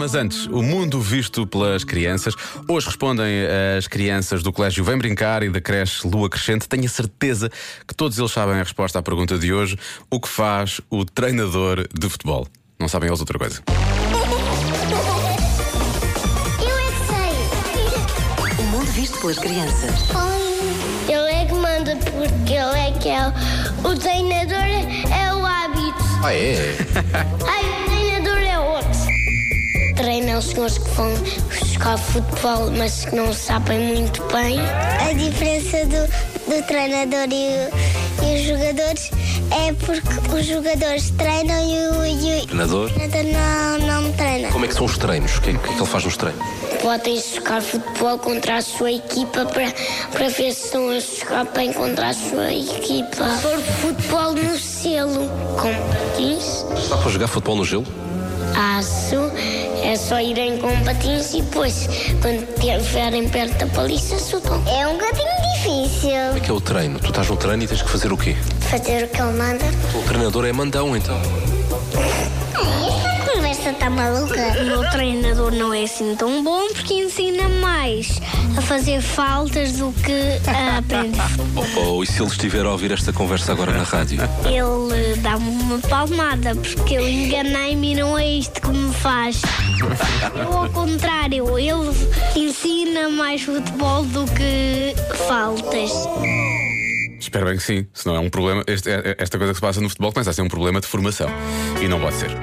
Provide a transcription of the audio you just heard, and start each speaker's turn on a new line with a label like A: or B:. A: Mas antes, o mundo visto pelas crianças. Hoje respondem as crianças do Colégio Vem Brincar e da creche Lua Crescente. Tenho a certeza que todos eles sabem a resposta à pergunta de hoje: o que faz o treinador de futebol? Não sabem eles outra coisa.
B: Eu é que sei.
C: O mundo visto pelas crianças.
B: Ele é que manda porque ele é que é o, o treinador é o hábito.
D: Ah, é?
B: Ai, o treinador é outro. Treinam os senhores que vão jogar futebol, mas que não sabem muito bem. A diferença do, do treinador e, o- e os jogadores é porque os jogadores treinam e o, e o
D: Treinador?
B: treinador não, não treina.
D: Como é que são os treinos? O que, é- o que é que ele faz nos treinos?
B: Podem jogar futebol contra a sua equipa para, para ver se estão a jogar bem contra a sua equipa. Pôr futebol no selo, com patins,
D: Está para jogar futebol no gelo?
B: aço, é só irem com patins e depois, quando estiverem perto da paliça, chutam. É um gatinho
D: O
B: difícil.
D: que é o treino? Tu estás no treino e tens que fazer o quê?
B: Fazer o que ele manda.
D: O treinador é mandão, então.
B: Esta conversa está maluca.
E: O meu treinador não é assim tão bom porque ensina mais a fazer faltas do que a aprender.
D: Oh, oh, e se ele estiver a ouvir esta conversa agora na rádio?
E: Ele eh, dá-me uma palmada porque eu enganei-me e não é isto que me faz. Eu, ao contrário, ele ensina mais futebol do que faltas.
A: é, Espero bem que sim, senão é um problema. este- esta coisa que se passa no futebol começa a ser um problema de formação. E não pode ser.